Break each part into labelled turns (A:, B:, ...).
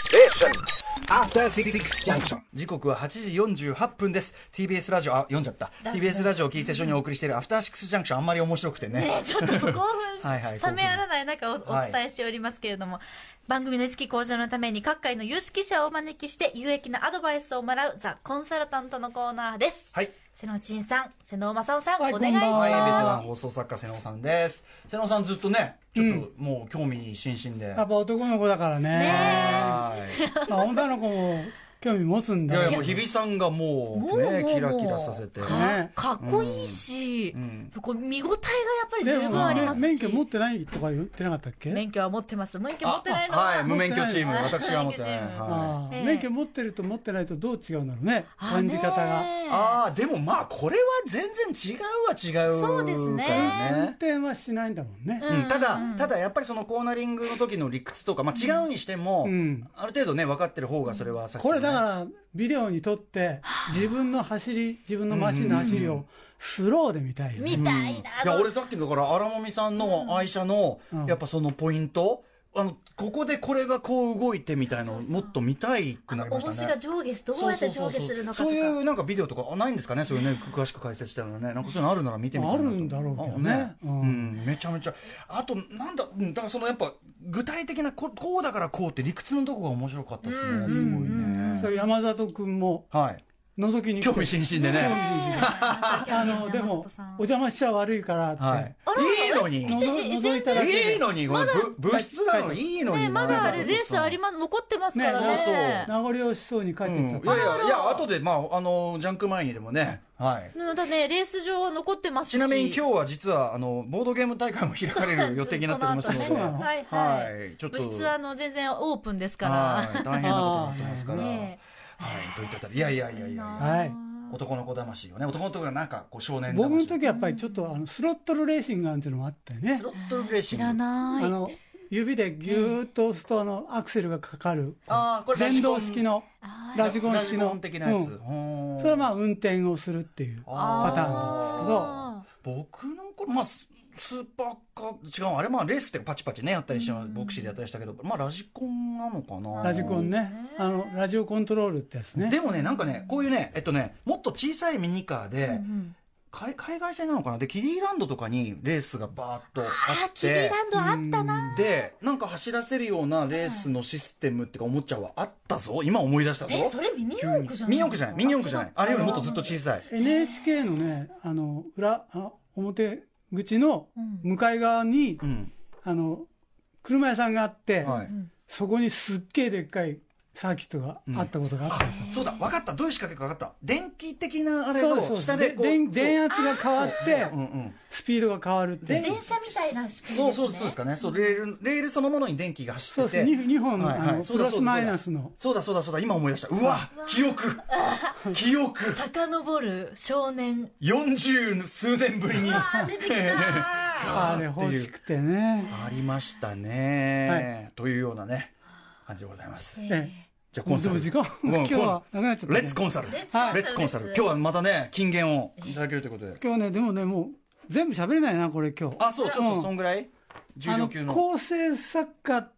A: Station.
B: After Six Junction.
C: 時刻は8時48分です TBS ラジオあ読んじゃった TBS ラジオをキーステーションにお送りしている「アフターシックスジャンクション」あんまり面白くてね
D: ね、 ちょっと興奮し
C: はいはい興奮
D: 冷めやらない中おお伝えしておりますけれども、番組の意識向上のために各界の有識者をお招きして有益なアドバイスをもらうザ・コンサルタントのコーナーです、
C: はい
D: 瀬野陳さん瀬野正夫さん、
C: はい、
D: お願いし
C: こんばんはベテラン
D: ま
C: 放送作家瀬野さんです瀬野さんずっとねちょっともう興味津々で、
E: やっぱ男の子だからね
C: はい
E: まあ女の子も興味持つん
C: い
E: だ
C: やいや
E: よ
C: もう日比さんがもうね
D: もうもうもう
C: キラキラさせて
D: す
E: は
D: か
E: ね
D: かっこいいし、
C: うん
D: こう見応えがやっぱり
E: で
D: 十分
E: も
D: あり
E: ね
D: ますし、
E: 免許持ってないとか言ってなかったっけ
D: 免許は持ってます免許持
C: あ
D: ってないのは、
C: はい無免許チーム
D: はい
C: 私が持ってない
D: 無免許チーム
C: はい
E: ああ
D: ええ
E: 免許持ってると持ってないとどう違うんだろうね
D: あ
E: 感じ方が
D: ねえ
C: ああでもまあこれは全然違うは違う
D: そうですね
C: から
E: 運転はしないんだもんね
D: う
C: うんんただ、ただやっぱりそのコーナリングの時の理屈とか、まあ、違うにしても、
E: うん
C: ある程度ね、分かってる方がそれはさっき、ね、
E: これだからビデオに撮って自分の走り自分のマシンの走りをスローで見たいよね
D: 見たいな、
C: いや俺さっきだから荒もみさんの愛車の、
E: うん
C: やっぱそのポイントあのここでこれがこう動いてみたいのもっと見たいくなり
D: お
C: ましたね
D: 腰が上下しどうやって上下するのかと
C: そ
D: か
C: ういうなんかビデオとかあないんですかねそういうね詳しく解説したようなねなんかそういうのあるなら見てみたいなと
E: あるんだろうけどね
C: あうん
E: うん
C: めちゃめちゃあとなんだうんだからそのやっぱ具体的なここうだからこうって理屈のとこが面白かったですね、
D: うん
C: すごいね、
E: そう山里君も
C: はい
E: 覗きに来
C: 興
E: て
C: 味津々でね、
E: あのでもお邪魔しちゃ悪いからって、
C: はい、いいのに
E: のぞ覗いただけで
C: いいのに、ぶ物質なのいいのに、
D: ね、まだあれレースあり
C: ま
D: ま残ってますからね
E: ねそう
C: そう
E: 名残惜しそうに帰ってっちゃっ
C: いや
E: た、
C: いやいや後でまああのジャンク前にでもねはい
D: まだねレース場は残ってますし
C: ちなみに今日は実はあのボードゲーム大会も開かれる予定になっておりますので
E: そうなの
D: はいはい、
C: はいちょっと
D: 部室はあの全然オープンですから、
C: はい大変なことになってますから、
D: ね
C: はいといったあたりいやいやいやいや
E: はい
C: 男の子魂をね男の子がなんかこう少年魂
E: 僕の時やっぱりちょっとあのスロットルレーシングなんていうのもあったよね
C: スロットルレーシ
D: 知
C: ング
D: らない
E: あの指でギューッと押すとあのアクセルがかかる
C: あーこれラジ
E: 電
C: コン
E: 動式の
D: あ
E: ラジコン式
C: ラジ
E: の
C: 的なやつ、
E: うん
C: ほー
E: それはまあ運転をするっていう
C: あ
E: パターンなんですけ
D: あ
E: ど
C: 僕の頃、まあ、ススーパーカー、違う、あれ、まあ、レースってパチパチね、やったりして、ボクシーでやったりしたけど、まあ、ラジコンなのかな。
E: ラジコン
C: ね。
E: ねあのラジオコントロールってやつね
C: でもね、なんかね、こういうね、えっとね、もっと小さいミニカーで、
D: ーうん
C: 海海外製なのかなで、キリーランドとかにレースがバーっとあ
D: あ
C: っ
D: キリー
C: て、
D: ランドあったな
C: で、なんか走らせるようなレースのシステムってか、おもちゃはあったぞ。今思い出したぞ。
D: えそれミニ四駆じゃない
C: ミニ四駆じゃない。ミニ四駆じゃない。あれよりもっとずっと
D: さい
C: 小さい。
E: NHK のねあの裏あ表口の
D: うん
E: 向かい側に
C: うん。
E: あの車屋さんがあって、
C: はい。
E: そこにすっげえでっかいサーキットがあったことがあったんですよ、
C: そうだ、分かった。どういう仕掛けか分かった。電気的なあれ
E: そうです
C: を
E: そうです
C: 下でこう。
E: 電
C: そう
E: 電圧が変わって
C: うんうん、
E: スピードが変わるって
C: 電
D: 電車みたいな仕組み
C: そうそうそうですかね、そうレールレールそのものに電気が走
E: そう
C: っ
E: で
C: てて
E: すね2本の
C: はいはい
E: あの
C: そう
E: プ
C: だ
E: ラス
C: そうだ
E: マイナスの
C: そうだそうだそうだ今思い出したうわ記憶記憶
D: 遡る少年
C: 40数年ぶりに
D: あ出てきた
E: あれ
C: っていう
E: 欲しくてね
C: ありましたね、というようなね感じでございます
E: え
C: じゃあコ
E: え
C: ンサ
E: でも
C: ル
E: 時間
C: うん
E: 今日はなくなっちゃ
C: コン
E: ったね
C: レッツコンサル
D: レッツコンサル
C: レッツコンサル
D: です
C: 今日はまたね金言をいただけるということで
E: 今日ねでもねもう全部喋れないなこれ今日
C: あそうちょっ
E: う
C: と
E: ん
C: そんぐらい重
E: あ
C: 量
E: の
C: 級の
E: 構成作家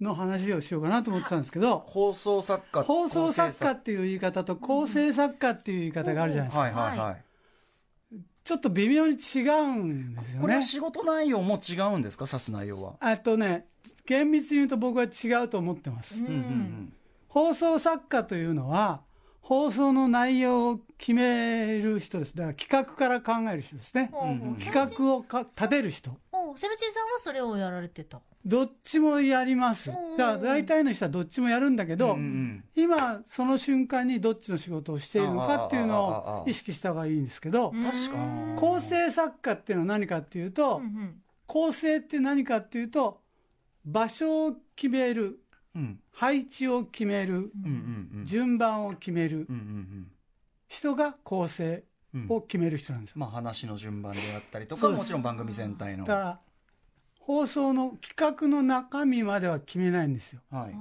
E: の話をしようかなと思ってたんですけど
C: 放送作家
E: 放送作家
C: 構
E: っていう言い方と構成作家っていう言い方があるじゃない
C: 成
E: で
C: 作
E: すか、
C: 家はいはいはい、
E: ちょっと微妙に違うんですよね
C: これは仕事内容も違うんですか指す内容は
E: あとね厳密に言うと僕は違うと思ってます、
D: うんうん
E: 放送作家というのは放送の内容を決める人ですだから企画から考える人ですね
D: ほうほう
C: うんうん
D: セロ
E: 企
D: チン
E: 画をか立てる人
D: ほうセルチンさんはそれをやられてた
E: どっちもやります
D: うん
E: だから大体の人はどっちもやるんだけ
C: うん
E: ど、
C: うん
E: 今その瞬間にどっちの仕事をしているのかっていう
C: あああああ
E: の
C: あ
E: を意識した方がいいんですけど
C: 確か
D: うん
E: 構成作家っていうのは何かっていうと、
D: うんうん
E: 構成って何かっていうと場所を決める
C: うん
E: 配置を決める
C: うんうん
E: 順番を決め
C: う
E: る
C: んうんうん
E: 人が構成
C: うんうん
E: を決める人なんですよ、
C: まあ話の順番であったりと
E: そ
C: か
E: うです
C: もちろん番組全体の
E: だから放送の企画の中身までは決めないんですよ
C: はい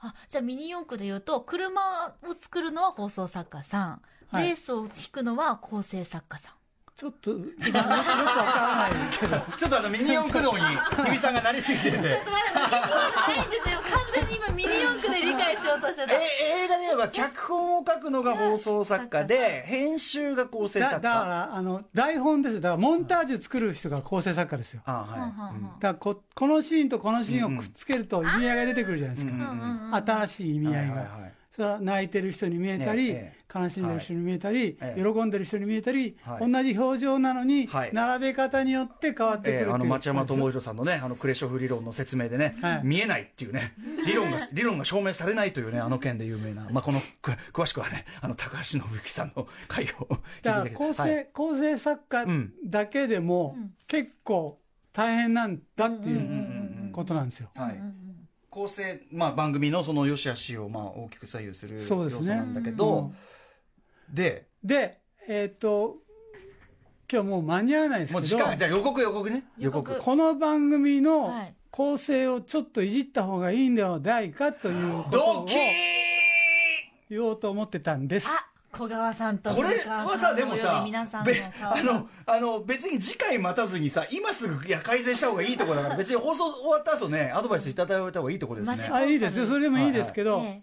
D: あじゃあミニ四駆で言うと車を作るのは放送作家さん、
E: はい
D: レースを引くのは構成作家さん
E: ちょっと違うよくわからないけど
C: ちょっとあのミニ四駆動に日比さんがなりすぎてて
D: ちょっとまだミニ四駆じゃないんですよ完全に今ミニ四うとしてた。
C: え映画で言えば脚本を書くのが放送作家で編集が構成
E: だ
C: 作
E: だか
C: 家
E: らあの台本ですよだからモンタージュ作る人が構成作家ですよだか
C: あ
D: うんうん
C: は
E: らここのシーンとこのシーンをくっつけると意味合いが出てくるじゃないですか、
C: うん
D: うんうんうん
E: 新しい意
C: い
E: 味合いが、
C: はいはいはい
E: それは泣いてる人に見えたり、
C: ねえ
E: 悲しんでる人に見えたり、
C: はいええ
E: 喜んでる人に見えたり、
C: はい
E: 同じ表情なのに、
C: はい
E: 並べ方によって変わってくるってい
C: え
E: う、
C: ーあの町山智弘さんのね、あのクレショフ理論の説明でね、
E: はい
C: 見えないっていうね、理論が理論が証明されないというね、あの件で有名な、まあ、このく詳しくはね、あの高橋信之さんの回を聞いていた
E: だ
C: だ
E: から
C: け
E: 構成、
C: はい
E: 構成作家
C: うん
E: だけでも
D: うん、
E: 結構大変なんだってい
D: んん
E: ううことなんですよ。
C: は
D: う
C: い
D: んうんうん
C: 構成、まあ、番組のその良し悪しをまあ大きく左右する要
E: そう
C: 素
E: ですね
C: なんだけ
E: う
C: ど
E: ん、
C: で、
E: で、えーっと、今日もう間に合わないです
C: もう
E: け
C: 時
E: ど、
C: 間、じゃあ予告、予告ね、
D: 予告
E: この番組の
D: はい
E: 構成をちょっといじった方がいいんではないかということ
C: ド
E: を
C: キー
E: 言おうと思ってたんです。
D: あ、小川さんと
C: これはさでもさ
D: 皆さんの
C: べ
D: 顔
C: あのあの別に次回待たずにさ今すぐいや改善した方がいいとこだから別に放送終わった後ねアドバイスいただいた方がいいとこです
D: マジ
C: ね
E: あいいですよ、それでもいいですけど、
D: ええ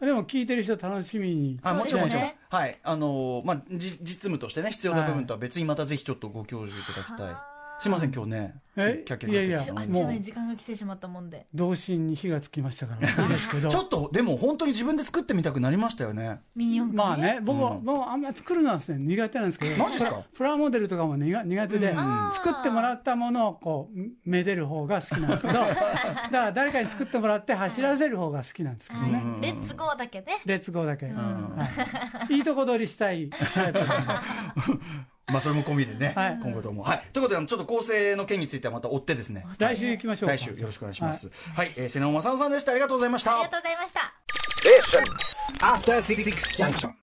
E: でも聞いてる人楽しみに。
C: あもちろんも
D: そ
C: ちろ
D: うですね
C: んはいあのーまあじ実務としてね必要な部分とは別にまたぜひちょっとご教授いただきたい
D: はあ
C: すいません今日ね
E: え
C: キャッキャ
E: いやいや
C: キャッキャ
D: あっち
E: もう
D: まで時間が来てしまったもんで。
E: 童心に火がつきましたから、いいですけど。
C: ちょっとでも本当に自分で作ってみたくなりましたよね
D: ミニ四駆
E: まあね、僕は、
C: うん
E: もうあんま作るのはですね、苦手なんですけど、
C: マジっすか
E: プラモデルとかも苦苦手で、
C: うん
D: あー
E: 作ってもらったものをこう、めでる方が好きなんです けど、だから誰かに作ってもらって走らせる方が好きなんですけど
D: は
E: ね。
D: い。レッツゴーだけね。
E: レッツゴーだけ。
D: ん
E: はい、いいとこ取りし たいタイプなんで。
C: まあそれも込みでね
E: はい
C: 今後ともはいということであのちょっと構成の件についてはまた追ってですね
E: 来週行きましょうか。
C: 来週よろしくお願いしますはいえー瀬能正夫さんでしたありがとうございました
D: ありがとうございました。
B: After Six Junction.